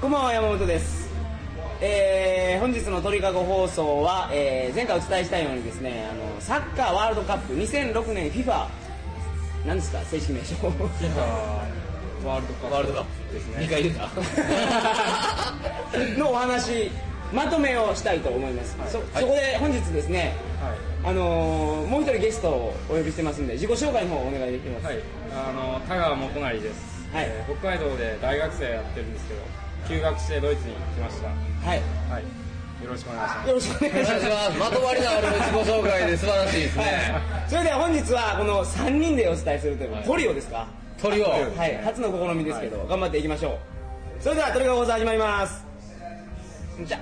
こんばんは山本です、えー本日の鳥かご放送は、えー前回お伝えしたようにですねあのサッカーワールドカップ2006年 FIFA なんですか正式名 称ワールドカップワールドカップです2ね回出たのお話まとめをしたいと思います、そそこで本日ですね、はあいのーもう一人ゲストをお呼びしてますんで自己紹介の方お願いできます、はい、あの田川元成です、はいえー北海道で大学生やってるんですけど休学してドイツに来ましたははい、いよろしくお願いしますよろしくお願おいし願まいすしますまとまりのある自己紹介で素晴らしいですね、はい、それでは本日はこの3人でお伝えするという、トリオですかトリオはい、初の試みですけど、頑張っていきましょう。それでは、トリガー放送始まります。じゃ。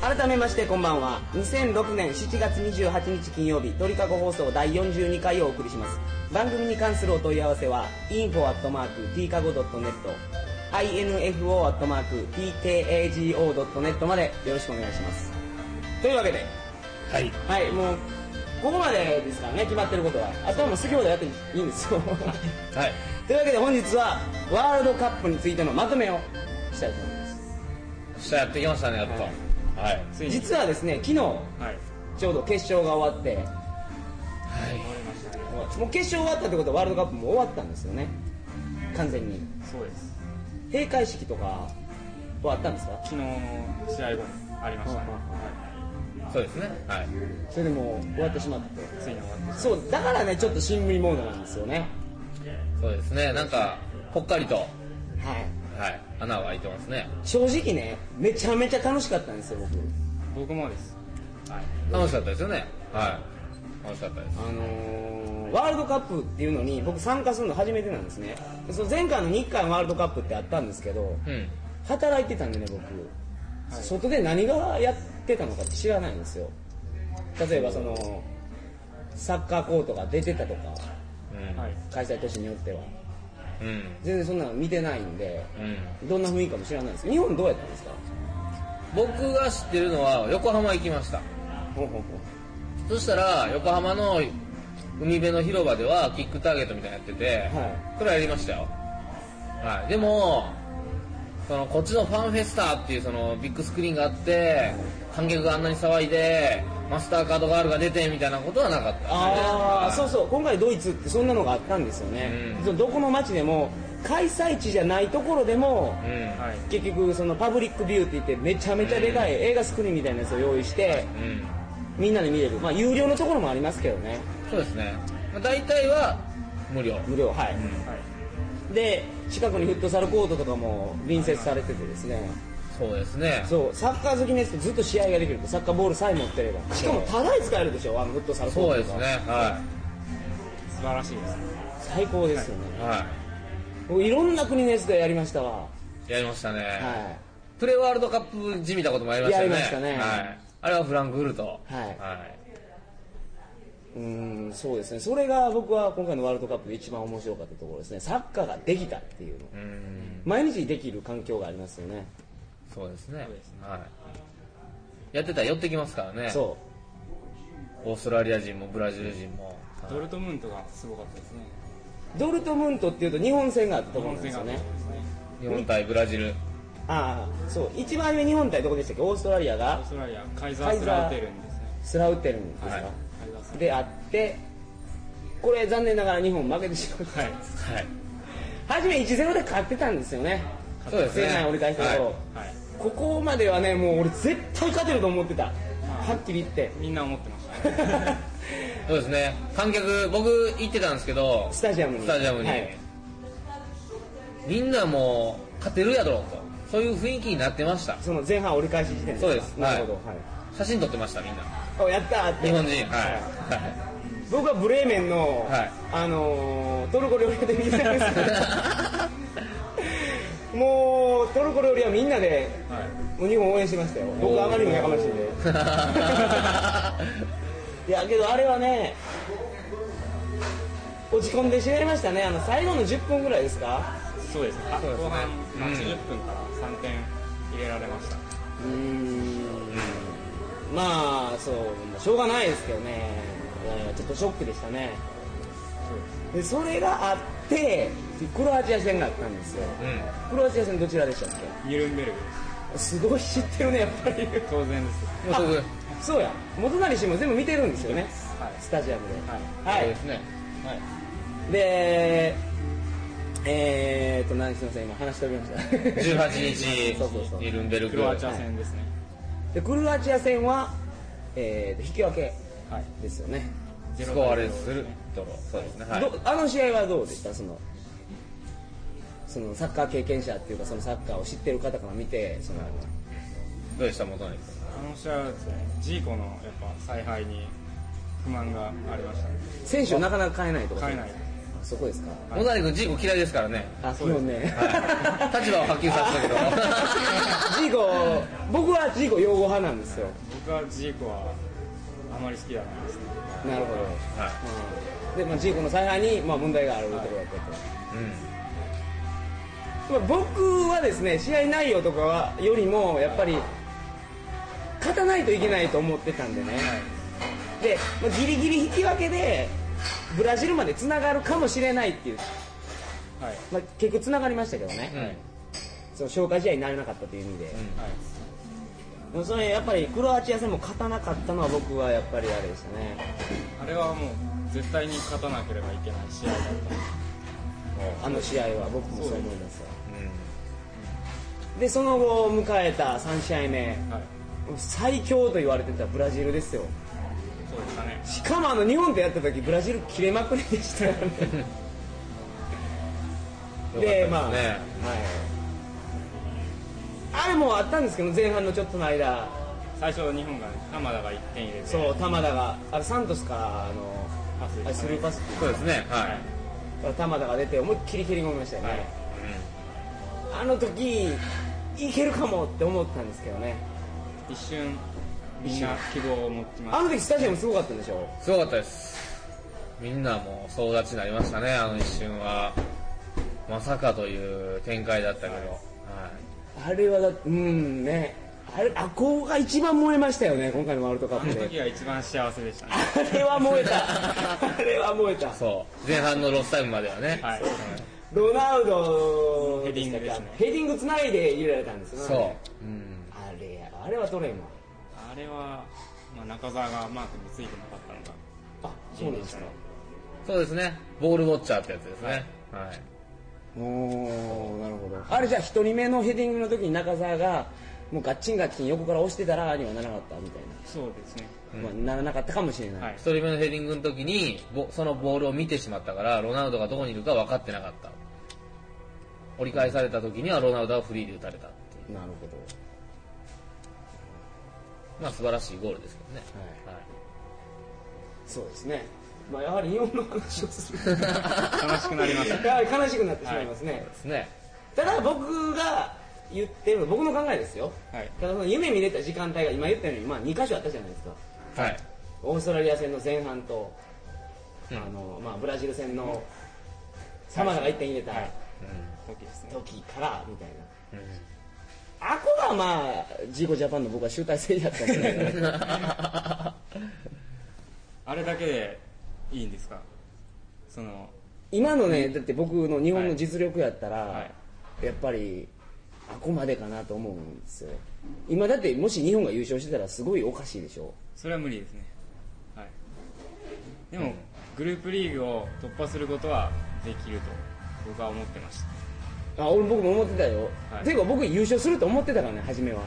改めましてこんばんは2006年7月28日金曜日鳥かご放送第42回をお送りします番組に関するお問い合わせは info.tkago.net info.tkago.net までよろしくお願いしますというわけではいはいもうここまでですからね決まってることはあとはもう好き放題やっていいんですよはいというわけで本日はワールドカップについてのまとめをしたいと思います下やってきましたねやっぱはいついに実はですね昨日はいちょうど決勝が終わってもう決勝終わったってことはワールドカップも終わったんですよね完全にそうです閉会式とかはあったんですか昨日の試合後にありましたね、うんうんうんはそうですねはいそれでもう終わってしまってい、ついに終わってそうだからねちょっとしんみりモードなんですよねそうですねなんかぽっかりとははいい穴は開いてますね正直ねめちゃめちゃ楽しかったんですよ僕僕もですはい楽しかったですよねはい楽しかったですあのーワールドカップっていうのに僕参加するの初めてなんですねでその前回の日韓ワールドカップってあったんですけどうん働いてたんでね僕、外で何がやってたのかって知らないんですよ例えばそのサッカーコートが出てたとかはい開催都市によってはうんうん全然そんなの見てないんでうんどんな雰囲気かも知らないです日本どうやったんですか僕が知ってるのは横浜行きましたほうほうほそしたら横浜の海辺の広場ではキックターゲットみたいなのやってて、うはそれはやりましたよ、はい、でもそのこっちのファンフェスタっていうそのビッグスクリーンがあって観客があんなに騒いでマスターカードガールが出てみたいなことはなかったですねあはあいそうそう今回ドイツってそんなのがあったんですよね、うんそのどこの街でも開催地じゃないところでもうんはい結局そのパブリックビューって言ってめちゃめちゃでかい映画スクリーンみたいなやつを用意してうんみんなで見れるまあ有料のところもありますけどねそうですね、まあ、大体は無料無料はい、はいで近くにフットサルコートとかも隣接されててですねそうですねそうサッカー好きのやつとずっと試合ができるとサッカーボールさえ持ってればしかもただで使えるでしょあのフットサルコートとそかうですねは素晴らしいです最高ですよねい、は僕いろんな国のやつでやりましたわい、やりましたね、はプレワールドカップじみたこともやりましたよねやりましたねはい、あれはフランクフルトはいはいいうーんそうですねそれが僕は今回のワールドカップで一番面白かったところですねサッカーができたっていうのうん毎日できる環境がありますよねそうですねそうですねはい、やってたら寄ってきますからねそオーストラリア人もブラジル人も、ドルトムントがすごかったですねうドルトムントっていうと日本戦があったところなんですよあねったですね日本対ブラジルああそう一番目日本対どこでしたっけオーストラリアオーがストラリアカイザースラウテルンですねスラウテルンですか、はいカイザースラウテであってこれ残念ながら日本負けてしまった、ルンはいはい初め1-0で勝ってたんですよねそうですね前半折り返したところ、はいここまではねもう俺絶対勝てると思ってた、はっきり言って みんな思ってましたねそうですね観客僕行ってたんですけどスタジアムにスタジアムに、はいみんなもう勝てるやろとそういう雰囲気になってましたその前半折り返し時点そうですなるほど、はい写真撮ってましたみんなおやったーって日本人はい、ははいい僕はブレーメンの、はいあのートルコ料理屋で見てたんですけ ど もうトルコ料理はみんなではいもう日本応援しましたよ僕あまりにもやかましい んでいやけどあれはね落ち込んでしまいましたねあの最後の10分ぐらいですかそうですねあそうですね後半うん80分から3点入れられました、うーんまあそうしょうがないですけどねうんちょっとショックでしたねそうですでそれがあってクロアチア戦があったんですよ うんクロアチア戦どちらでしたっニュルンベルグですけすごい知ってるねやっぱり当然ですもうすぐそうや元成氏も全部見てるんですよねはいスタジアムはではいそういですねはいでえー、っと何すみません今話しておりました そうそうそう18日ニルンベルククロアチア戦ですねでクロアチア戦は、えーと引き分けはいですよね、スコアレスするドローそうですねはいどあの試合はどうでしたそのそのサッカー経験者っていうかそのサッカーを知ってる方から見てそのどうでした元成君あの試合はですねジーコのやっぱ采配に不満がありましたね選手をなかなか変えないとか変えないそこですかはい元成君ジーコ嫌いですからねあそうね、はい立場をはっきりさせたけどジーコ僕はジーコ擁護派なんですよ僕はジーコはあまり好きじゃないですねなるほど、はいうんで、まあ、ジーコの采配に、まあ、問題があるところだったと、うまあ、僕はですね試合内容とかはよりもやっぱり勝たないといけないと思ってたんでね、で、まあ、ギリギリ引き分けでブラジルまでつながるかもしれないっていう、はいはいまあ、結局つながりましたけどね、んうんその消化試合にならなかったという意味で、はいでもそれやっぱりクロアチア戦も勝たなかったのは僕はやっぱりあれですねあれはもう絶対に勝たなければいけない試合だったあの試合は僕もそう思いますうでその後迎えた3試合目はい最強と言われてたブラジルですよそうでしたねしかもあの日本とやった時ブラジル切れまくりでしたよね でまあ、はいんよかったですね、あれもあったんですけど前半のちょっとの間最初日本が鎌田が1点入れてそう玉田があれサントスかあのパスであれしスたねルーパスっていうそうですねはい、か玉田が出て思いっきり蹴り込みましたよね、はいあの時いけるかもって思ったんですけどね一瞬みんな希望を持ちまあしの時スタジアムすごかったんでしょうん、すごかったですみんなもう総立ちになりましたねあの一瞬はまさかという展開だったけど、はいあれはだってうんねあれあここが一番燃えましたよね今回のワールドカたあッのプで時が一番幸せでしたねあれは燃えたあれは燃えたそう前半のロスタイムまではね、はいロナウドヘディングですねヘディングつないで入れられたんですよねそう、うん、あれやあれは取れんわあれは、まあ、中澤がマークについてなかったあのがそうなんですかそうですねボールウォッチャーってやつですね、はいおおなるほどあれじゃあ1人目のヘディングの時に中澤がもうガッチンガッチン横から押してたらにはならなかったみたいそうですねな、まあ、ならなかったかもしれない、はい一人目のヘディングの時にボそのボールを見てしまったからロナウドがどこにいるか分かってなかった折り返された時にはロナウドはフリーで打たれたっていなるほどうまあ素晴らしいゴールですけどね、はいそうですね、まあ、やはり日本の話をする 悲しくなりましたやはり悲しくなってしまいますね、ですねただ僕が言ってるの僕の考えですよはいただその夢見れた時間帯が今言ったように、まあ、2箇所あったじゃないですかはいオーストラリア戦の前半と、うんあのまあ、ブラジル戦の浜田が1点入れたはいうん時ですね時からみたいなうんあこがまあジーコジャパンの僕は集大成だったんであれだけでいいんですかその今のねだって僕の日本の実力やったら、はやっぱりあこまでかなと思うんですよ今だってもし日本が優勝してたらすごいおかしいでしょそれは無理ですねはいでも、グループリーグを突破することはできると僕は思ってましあ俺僕も思ってたよ、はいていうか僕優勝すると思ってたからね初め は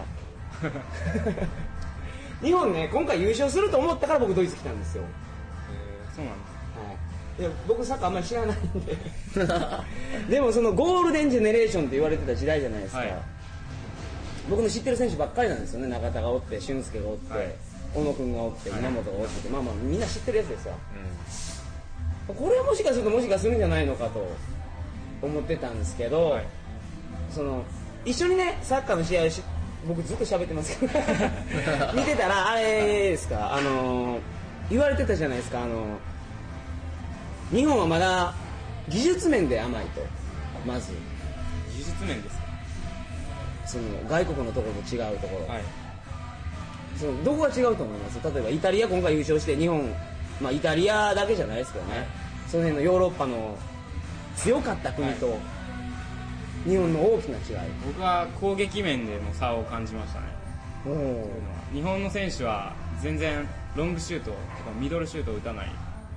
日本ね今回優勝すると思ったから僕ドイツ来たんですよ、はた、えーそうなんでい、すいや僕サッカーあんまり知らないん ででもそのゴールデンジェネレーションって言われてた時代じゃないですか、はい僕の知ってる選手ばっかりなんですよね中田がおって俊輔がおって、はい小野君がおってはい稲本がおってて、まあまあみんな知ってるやつですよこれはもしかするともしかするんじゃないのかと思ってたんですけど、はいその一緒にねサッカーの試合をし僕ずっと喋ってますけ ど見てたらあれですかあの言われてたじゃないですかあの日本はまだ技術面で甘いとまず術面ですその外国のところと違うところ、かはいそのどこが違うと思います例えばイタリア今回優勝して日本、まあ、イタリアだけじゃないですけどね、その辺のヨーロッパの強かった国と日本の大きな違い、僕は攻撃面でも差を感じましたねおーというのは日本の選手は全然ロングシュートとかミドルシュートを打たない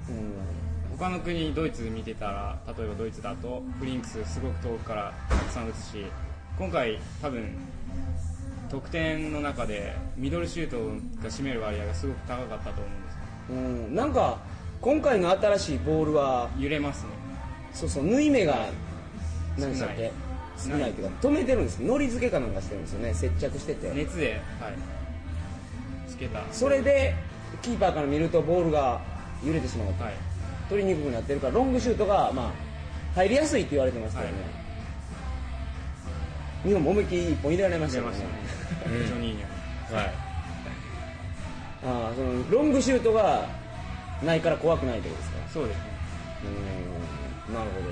うん他の国ドイツ見てたら例えばドイツだとフリンクスすごく遠くからたくさん打つし今回多分得点の中でミドルシュートが占める割合がすごく高かったと思うんですようん、なんか今回の新しいボールは揺れますねそうそう縫い目が何でしたっけ少少ないないっていうか止めてるんですのり付けかなんかしてるんですよね接着してて、熱で、はい、つけたはそれでキーパーから見るとボールが揺れてしまうとい取りにくくなってるからロングシュートがまあ入りやすいって言われてますからね、は日本も思いっきり1本入れられまし揺たれよまねしたねうん非常にいいねはいああそのロングシュートがないから怖くないってことですかそうですねうんなるほど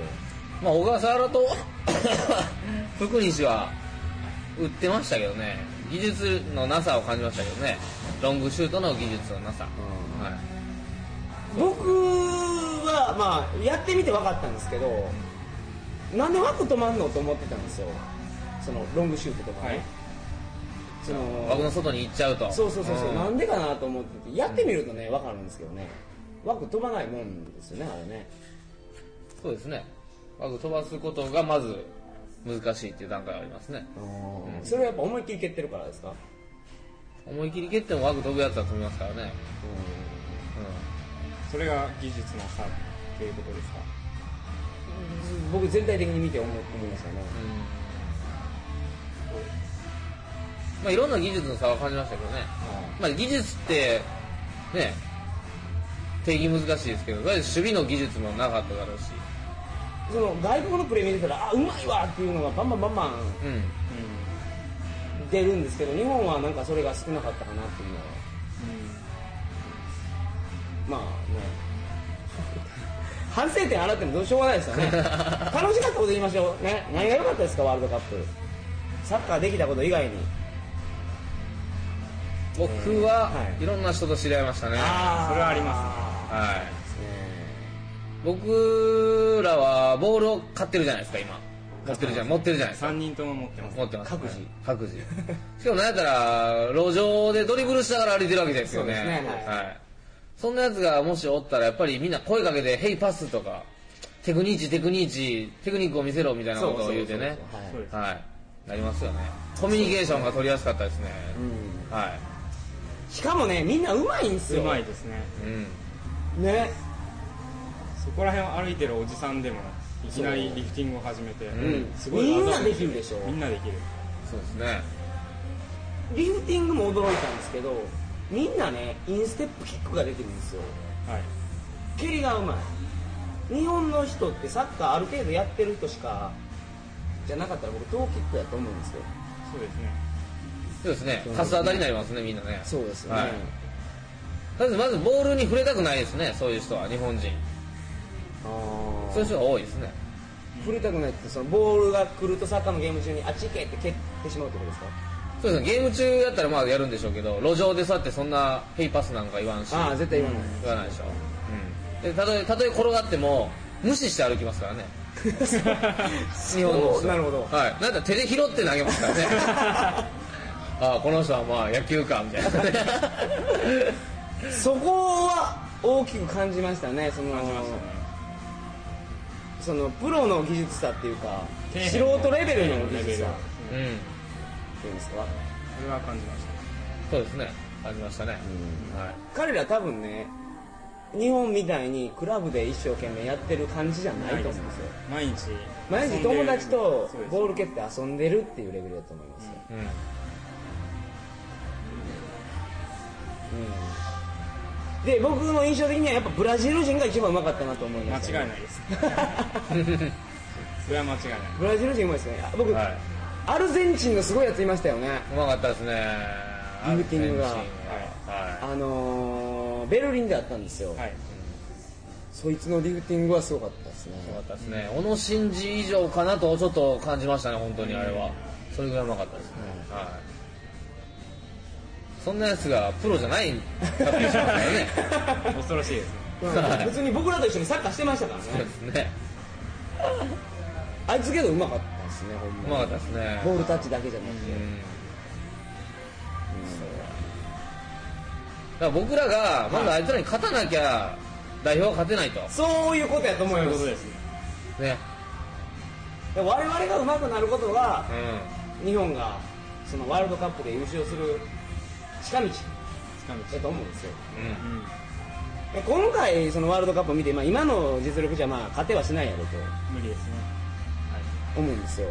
まあ、小笠原と 福西は売ってましたけどね技術のなさを感じましたけどねロングシュートの技術のなさ、うんはい、僕はまあやってみて分かったんですけどなんで枠止まんのと思ってたんですよそのロングシュートとかね、はいその枠の外に行っちゃうとそうそうそうそう、んなんでかなと思っててやってみるとね分かるんですけどね枠飛ばないもんですよねあれねそうですね枠飛ばすことがまず難しいっていう段階はありますねうんそれはやっぱ思いっきり蹴ってるからですか思い切り蹴っても枠飛ぶやつは飛びますからね、それが技術の差ということですか僕全体的に見て思思いましたねうんうんまあ、いろんな技術の差は感じましたけどねまあ、技術ってね定義難しいですけどとりあえず守備の技術もなかっただろうし、その外国のプレー見てたらあうまいわっていうのがバンバンバンバンうん、う出るんですけど日本はなんかそれが少なかったかなっていうのはん、うんまあね反省点洗ってもどうしようがないです よね楽しかったこと言いましょうね何が良かったですかワールドカップサッカーできたこと以外に僕ははいいろんな人と知り合いましたね、はあそれはありまい、すね僕らはボールを買ってるじゃないですか今買ってるじゃん持ってるじゃないですか3人とも持ってます持ってます各自はい各自 しかもなんやったら路上でドリブルしながら歩いてるわけですよねそうですねはいはい、そんなやつがもしおったらやっぱりみんな声かけて「ヘイパス」とか「テクニーチテクニーチテクニックを見せろ」みたいなことを言うてねそうそうそうそうそうですはい、なりますよね。コミュニケーションが取りやすかったですね。うんはしかもねみんなうまいんですうよまいですねい。うん。ねそこら辺を歩いてるおじさんでもいきなりリフティングを始めて、んすごいみん技なできるでしょみんなできるそうですね。リフティングも驚いたんですけどみんなねインステップキックができるんですよはい蹴りがうまい日本の人ってサッカーある程度やってる人しかじゃなかったら僕トーキックやと思うんですよそうですねそうですねそう。カス当たりになりますね、みんなね。そうですよね、はいまず、まずボールに触れたくないですね、そういう人は、日本人。あーそういう人が多いですね。触れたくないってそのボールが来るとサッカーのゲーム中にあっち行けって蹴ってしまうってことですかそうですね、ゲーム中やったらまあやるんでしょうけど、路上で座ってそんなヘイパスなんか言わんし、ああ絶対言わない、言わないでしょ。うん。で、たとえ、たとえ転がっても、無視して歩きますからね。日本のそう人なるほどはいなんだったら手で拾って投げま すからねああこの人はまあ野球かみ たいなねそこは大きく感じましたねその感じましたねそのプロの技術さっていうか底素辺の人レベルの技レベ術ルさはうんっていうんですか、それは感じましたそうですね感じましたね、はい彼ら多分ね日本みたいにクラブで一生懸命やってる感じじゃないと思うんですよ毎日毎日友達とボールル蹴って遊んでるっていうレベルだと思いますよ、うん、うんで僕の印象的にはやっぱブラジル人が一番うまかったなと思い間ました、違いないです それは間違いないブラジル人うまいですねあ僕、はいアルゼンチンのすごいやついましたよねうまかったですねリフティングがアルゼンチンははい あのーベルリンであったんですよ、はいそいつのリフティングはすごかったですねよかったですね、小野伸二以上かなとちょっと感じましたね、本当にあれは、それぐらいうまかったですね、はい、そんなやつがプロじゃないんだってしましたから ね、恐ろしいですねはい普通に僕らと一緒にサッカーしてましたからそうねですね、あいつけどうまかったですねほんまうまかったですね、ボールタッチだけじゃなくうてんだから僕らがまずあいつらに勝たなきゃ代表は勝てないと、そういうことやと思そいういうまことすですねね我々が上手くなることがう日本がそのワールドカップで優勝する近道掴みだと思うんですよんうんうでん今回そのワールドカップを見て、まあ、今の実力じゃまあ勝てはしないやろうと無理ですね思うんですよ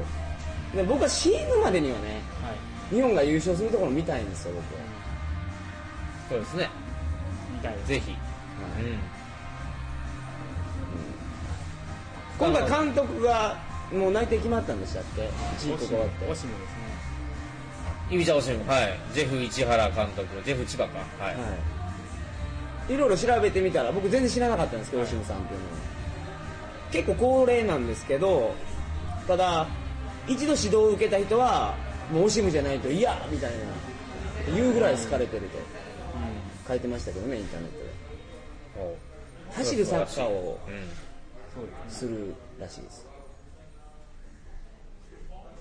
で僕は死ぬまでにはねはい、はい、日本が優勝するところ見たいんですよ僕はそうですねみたいですぜひ、はいうん今回監督がもう内定決まったんでしたっけ1位オとシかムわってオシムですねイビチャオシム、はい、ジェフ市原監督、ジェフ千葉か、はい、はい、いろいろ調べてみたら僕全然知らなかったんですけど、はい吉野さんっていうのは結構高齢なんですけどただ一度指導を受けた人はもうオシムじゃないと嫌みたいな言うぐらい好かれてると書いてましたけどねインターネットでおう走るサッカーをうんそうですすねるらしいです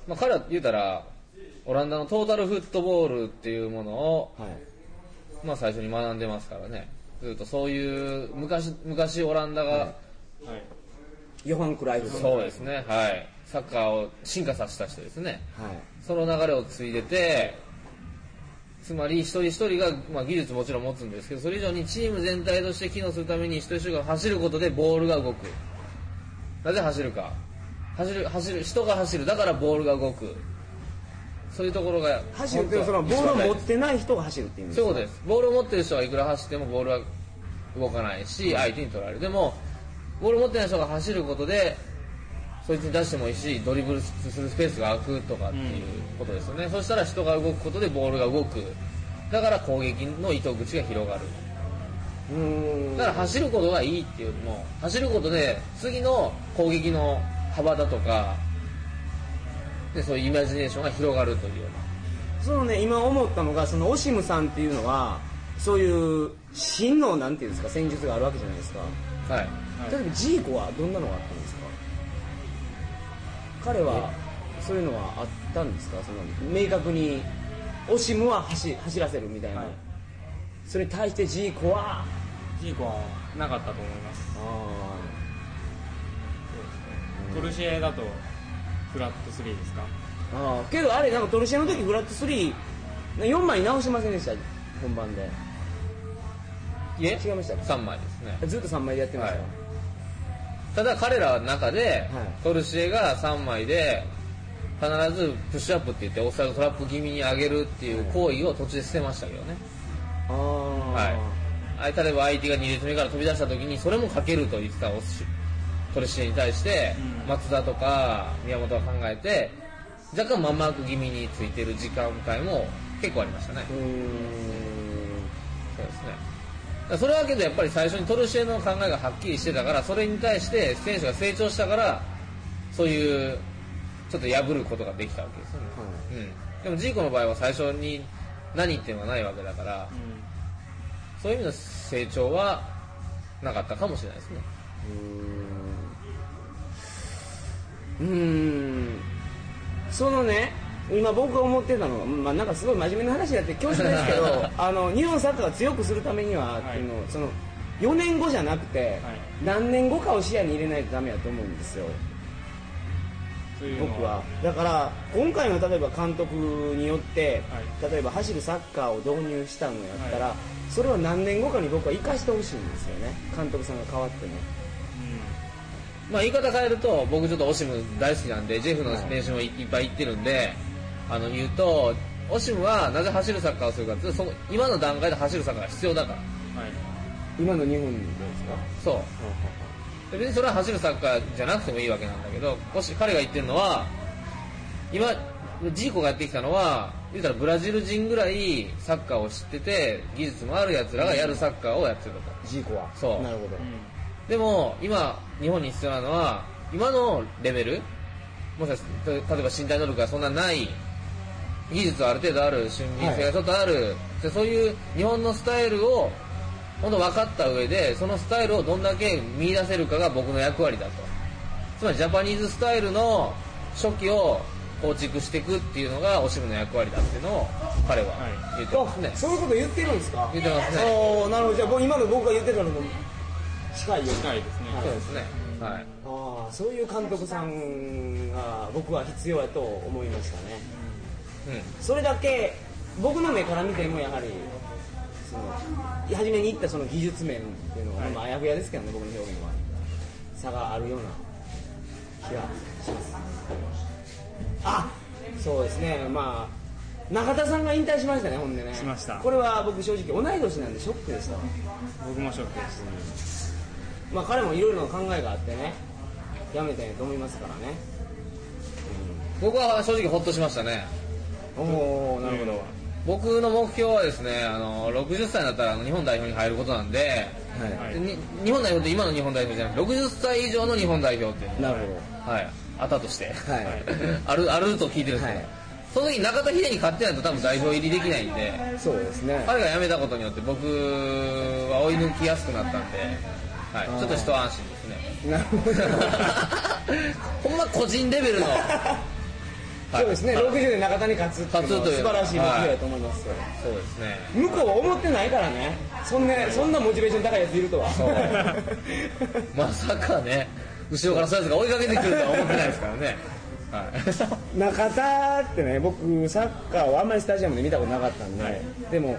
まあ、彼は言うたら、オランダのトータルフットボールっていうものを、はいまあ、最初に学んでますからね、ずっとそういう昔、昔オランダが、はいヨハン・クライフトンそうですね、はい、サッカーを進化させた人ですね、はいその流れを継いでて、つまり一人一人が、まあ、技術もちろん持つんですけど、それ以上にチーム全体として機能するために、一人一人が走ることでボールが動く。なぜ走るか。走る、走る、人が走る、だからボールが動く。そういうところが、走るっていうのはその本当ボにールを持一番大事ってない人が走るっていうんそういうよことです。ボールを持ってる人はいくら走ってもボールは動かないし、相手に取られる。でも、ボールを持ってない人が走ることで、そいつに出してもいいし、ドリブルするスペースが空くとかっていうことですよね。そしたら人が動くことでボールが動く。だから攻撃の糸口が広がる。うーんだから走ることがいいっていうよりも、走ることで次の攻撃の幅だとか、でそういうイマジネーションが広がるというような。そのね今思ったのがそのオシムさんっていうのはそういう真のなんていうんですか戦術があるわけじゃないですか、はい。はい例えばジーコはどんなのがあったんですか彼はそういうのはあったんですかその明確にオシムは走走らせるみたいな、はいそれに対してジーコはジーコはなかったと思いますトルシエだとフラット3ですかああけどあれなんかトルシエの時フラット34枚直しませんでした本番でいえ違いましたっ ?3 枚ですね。けずっと3枚でやってました、はいただ彼らの中で、いトルシエが3枚で必ずプッシュアップって言ってオフサイドトラップ気味に上げるっていう行為を途中で捨てましたけどね、ああ、はい、あ例えば相手が2列目から飛び出した時にそれもかけると言ってたオストルシエに対して、うん松田とか宮本が考えて若干マンマーク気味についてる時間帯も結構ありましたねうーんそうですねだからそれはけどやっぱり最初にトルシエの考えがはっきりしてたからそれに対して選手が成長したからそういうちょっと破ることができたわけですよね、うん、でもジーコの場合は最初に何っていうのはないわけだからうそういう意味の成長はなかったかもしれないですねうーんそのね今僕が思ってたのは、まあ、なんかすごい真面目な話だって恐縮ですけどあの日本サッカーを強くするためにはっていうのを、その4年後じゃなくて、はい何年後かを視野に入れないとダメだと思うんですよん、というの僕はだから今回の例えば監督によって、は例えば走るサッカーを導入したのやったら、はそれを何年後かに僕は生かしてほしいんですよね監督さんが変わってもまあ言い方変えると僕ちょっとオシム大好きなんでジェフの練習もいいっぱい行ってるんであの言うとオシムはなぜ走るサッカーをするかっていうとその今の段階で走るサッカーが必要だからうんはい今の日本にですかそうで別にそれは走るサッカーじゃなくてもいいわけなんだけどもし彼が言ってるのは今ジーコがやってきたのは言うたらブラジル人ぐらいサッカーを知ってて技術もあるやつらがやるサッカーをやってるとかジーコはそうなるほどうんでも今日本に必要なのは今のレベルもしかして例えば身体能力がそんなない技術はある程度ある俊敏性がちょっとある、でそういう日本のスタイルを本当分かった上でそのスタイルをどんだけ見出せるかが僕の役割だとつまりジャパニーズスタイルの初期を構築していくっていうのがおしむの役割だっていうのを彼は言ってますね、あそういうこと言ってるんですか言ってますねおーなるほどじゃあもう今の僕が言ってたのと近いよ近いですねはそうですねはいああそういう監督さんが僕は必要やと思いましたねうんそれだけ僕の目から見てもやはりその初めに言ったその技術面っていうのは、はいまああやふやですけどね僕の表現は差があるような気がしますあそうですねまあ中田さんが引退しましたねほんでねしましたこれは僕正直同い年なんでショックでしたわ僕もショックですまあ彼もいろいろな考えがあってねやめたんやと思いますからね僕は正直ホッとしましたねおおーなるほど、は僕の目標はですねあの60歳になったらあの日本代表に入ることなんで、はいに日本代表って今の日本代表じゃなくて60歳以上の日本代表っていうなるほはいあったとして、どはい、はい あるあると聞いてるんですけど、はいその時中田秀に勝ってないと多分代表入りできないんでそうですね彼が辞めたことによって僕は追い抜きやすくなったんで、はい、あーちょっと一安心ですね な るほどほんま個人レベ ルのそうですね、はい60で中田に勝つっていうのは勝つという素晴らしい目標だと思いますよ、そうですね向こうは思ってないからねそんなそんなモチベーション高いやついるとはそうまさかね後ろからそういうやつが追いかけてくるとは思ってないですからねはい中田ってね僕サッカーをあんまりスタジアムで見たことなかったんで、でも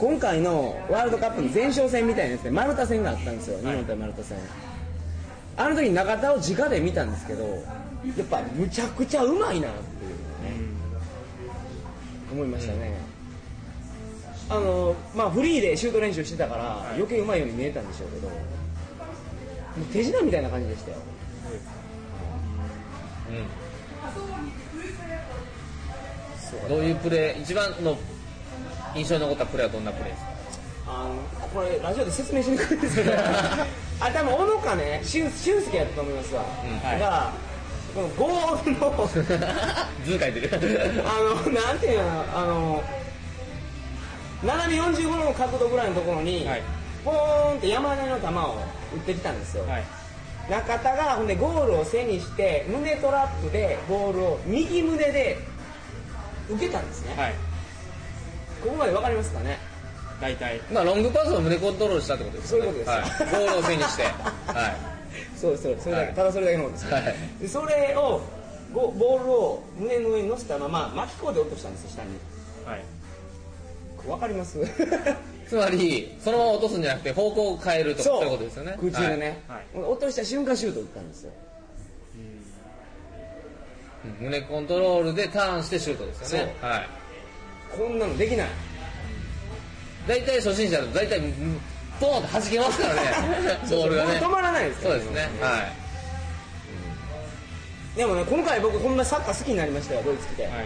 今回のワールドカップの前哨戦みたいなやつで丸太戦があったんですよ、日本対丸太戦あの時に中田を直で見たんですけどやっぱむちゃくちゃうまいなっていう思いましたね、あのまあフリーでシュート練習してたから、余計うまいように見えたんでしょうけどもう手品みたいな感じでしたようんどういうプレー一番の印象に残ったプレーはどんなプレーですかあのこれラジオで説明しにくいですけ どあ多分小野かね俊俊介やったと思いますわ、うんがこのゴール の図書い てるあのなんていうのあの斜め45度の角度ぐらいのところに、はいポーンって山根の球を打ってきたんですよ、はい中田がほんでゴールを背にして胸トラップでボールを右胸で受けたんですね、はいここまで分かりますかね大体まあロングパスを胸コントロールしたってことですそうよいうねことです、はい、ゴールを背にしてはそうですそうですそれだけ、はいただそれだけのことです、はいでそれをボボールを胸の上に乗せたまま巻き込んで落としたんですよ下にはいこれ分かります いつまりそのまま落とすんじゃなくて方向を変えるとかそういうことですよね空中でね、はい落とした瞬間シュート打ったんですよはいうん胸コントロールでターンしてシュートですよねはいこんなので きない大体初心者だと大体ボーンって弾けますからね ボールがね止まらないですかそうらですねはでもね今回僕ほんまサッカー好きになりましたよドイツ来て、はいこ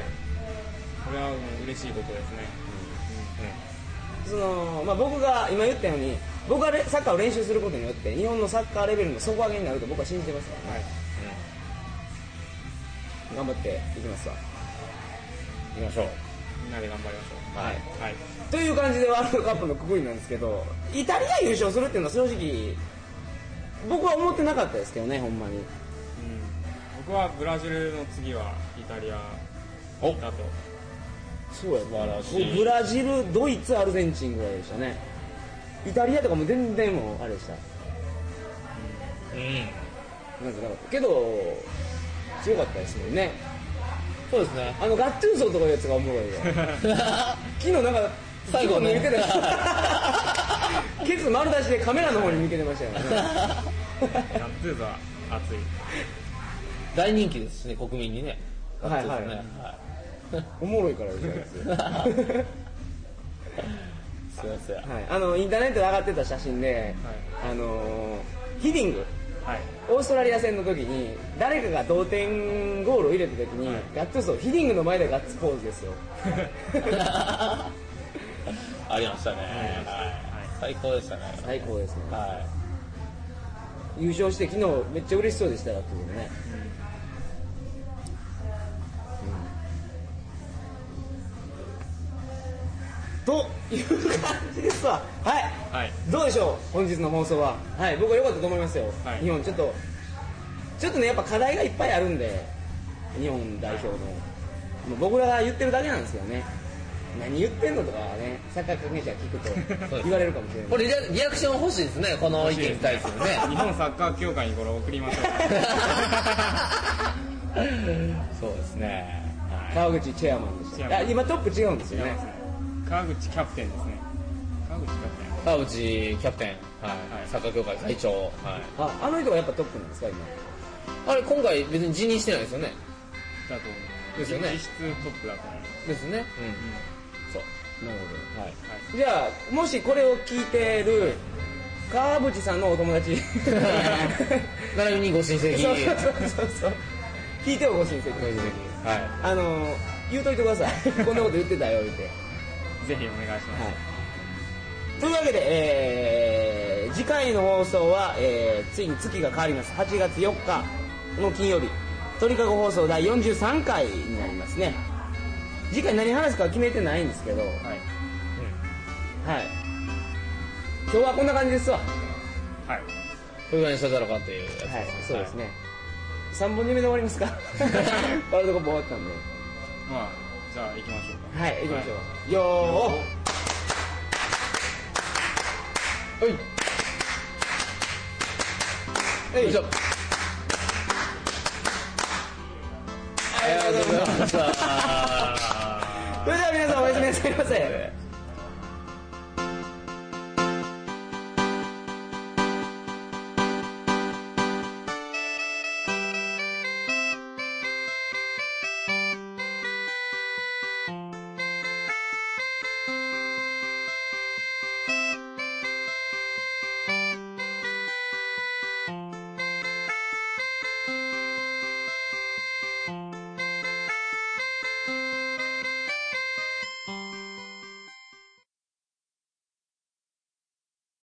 れはもう嬉しいことですねそのまあ、僕が今言ったように僕がレサッカーを練習することによって日本のサッカーレベルの底上げになると僕は信じてますからね、頑張っていきますわい行きましょうみんなで頑張りましょはい、うはいという感じでワールドカップのくくりなんですけどイタリア優勝するっていうのは正直僕は思ってなかったですけどねほんまにうん僕はブラジルの次はイタリアおだとそうやらしいブラジルドイツアルゼンチンぐらいでしたねイタリアとかも全然もうあれでしたうん、なんかなかったけど強かったですもんねそうですねあのガッツンソーとかいうやつがおもろいわ 昨日なんか最後ね向けてたケツ丸出しでカメラの方に向けてましたよねガッツーザは熱い 大人気ですしね国民にねはいはいそうですねおもろいからですよあいつすいませんはいあのインターネットで上がってた写真で、あのーヒディングはいオーストラリア戦の時に誰かが同点ゴールを入れた時に、ガッツポーズヒディングの前でガッツポーズですよ ありましたね、はい最高でしたね最高ですねは優勝して昨日めっちゃ嬉しそうでしたよけどね、という感じですわはいはいどうでしょう本日の放送ははい僕は良かったと思いますよ、はい日本ちょっとちょっとねやっぱ課題がいっぱいあるんで日本代表の、もう僕らが言ってるだけなんですけどね何言ってんのとかはねサッカー関係者 聞くと言われるかもしれないこれリアリアクション欲しいですねこの意見に対するね 日本サッカー協会にこれ送りましょう そうですね川口チェアマンでしチェたアマンあ今トップ違うんですよね川口キャプテンですね川口キャプテン川口キャプテン、はいはいサッカー協会会長、はい、ああの人がやっぱトップなんですか今あれ今回別に辞任してないですよねだと思うですよね実質トップだと思いますですねう んそうなるほど、はいはいじゃあもしこれを聞いてる川淵さんのお友 達並びにご親戚そうそうそうそう聞いてもご親戚ご親戚はいあの言うといてくださいこんなこと言ってたよ言って、はぜひお願いします、い、というわけで、えー次回の放送は、えーついに月が変わります8月4日の金曜日鳥かご放送第43回になりますね次回何話すかは決めてないんですけど、はいはい今日はこんな感じですわはいこういうぐらいにしたらかっていうやつですね、はい、そうですね。三本目で終わりますか。ワールドカップ終わったんで。まあじゃあ行きましょうかはい、行きましょはう。よー。はいよはいいしょありがとうございましたそれでは皆さんおやすみなさいませ。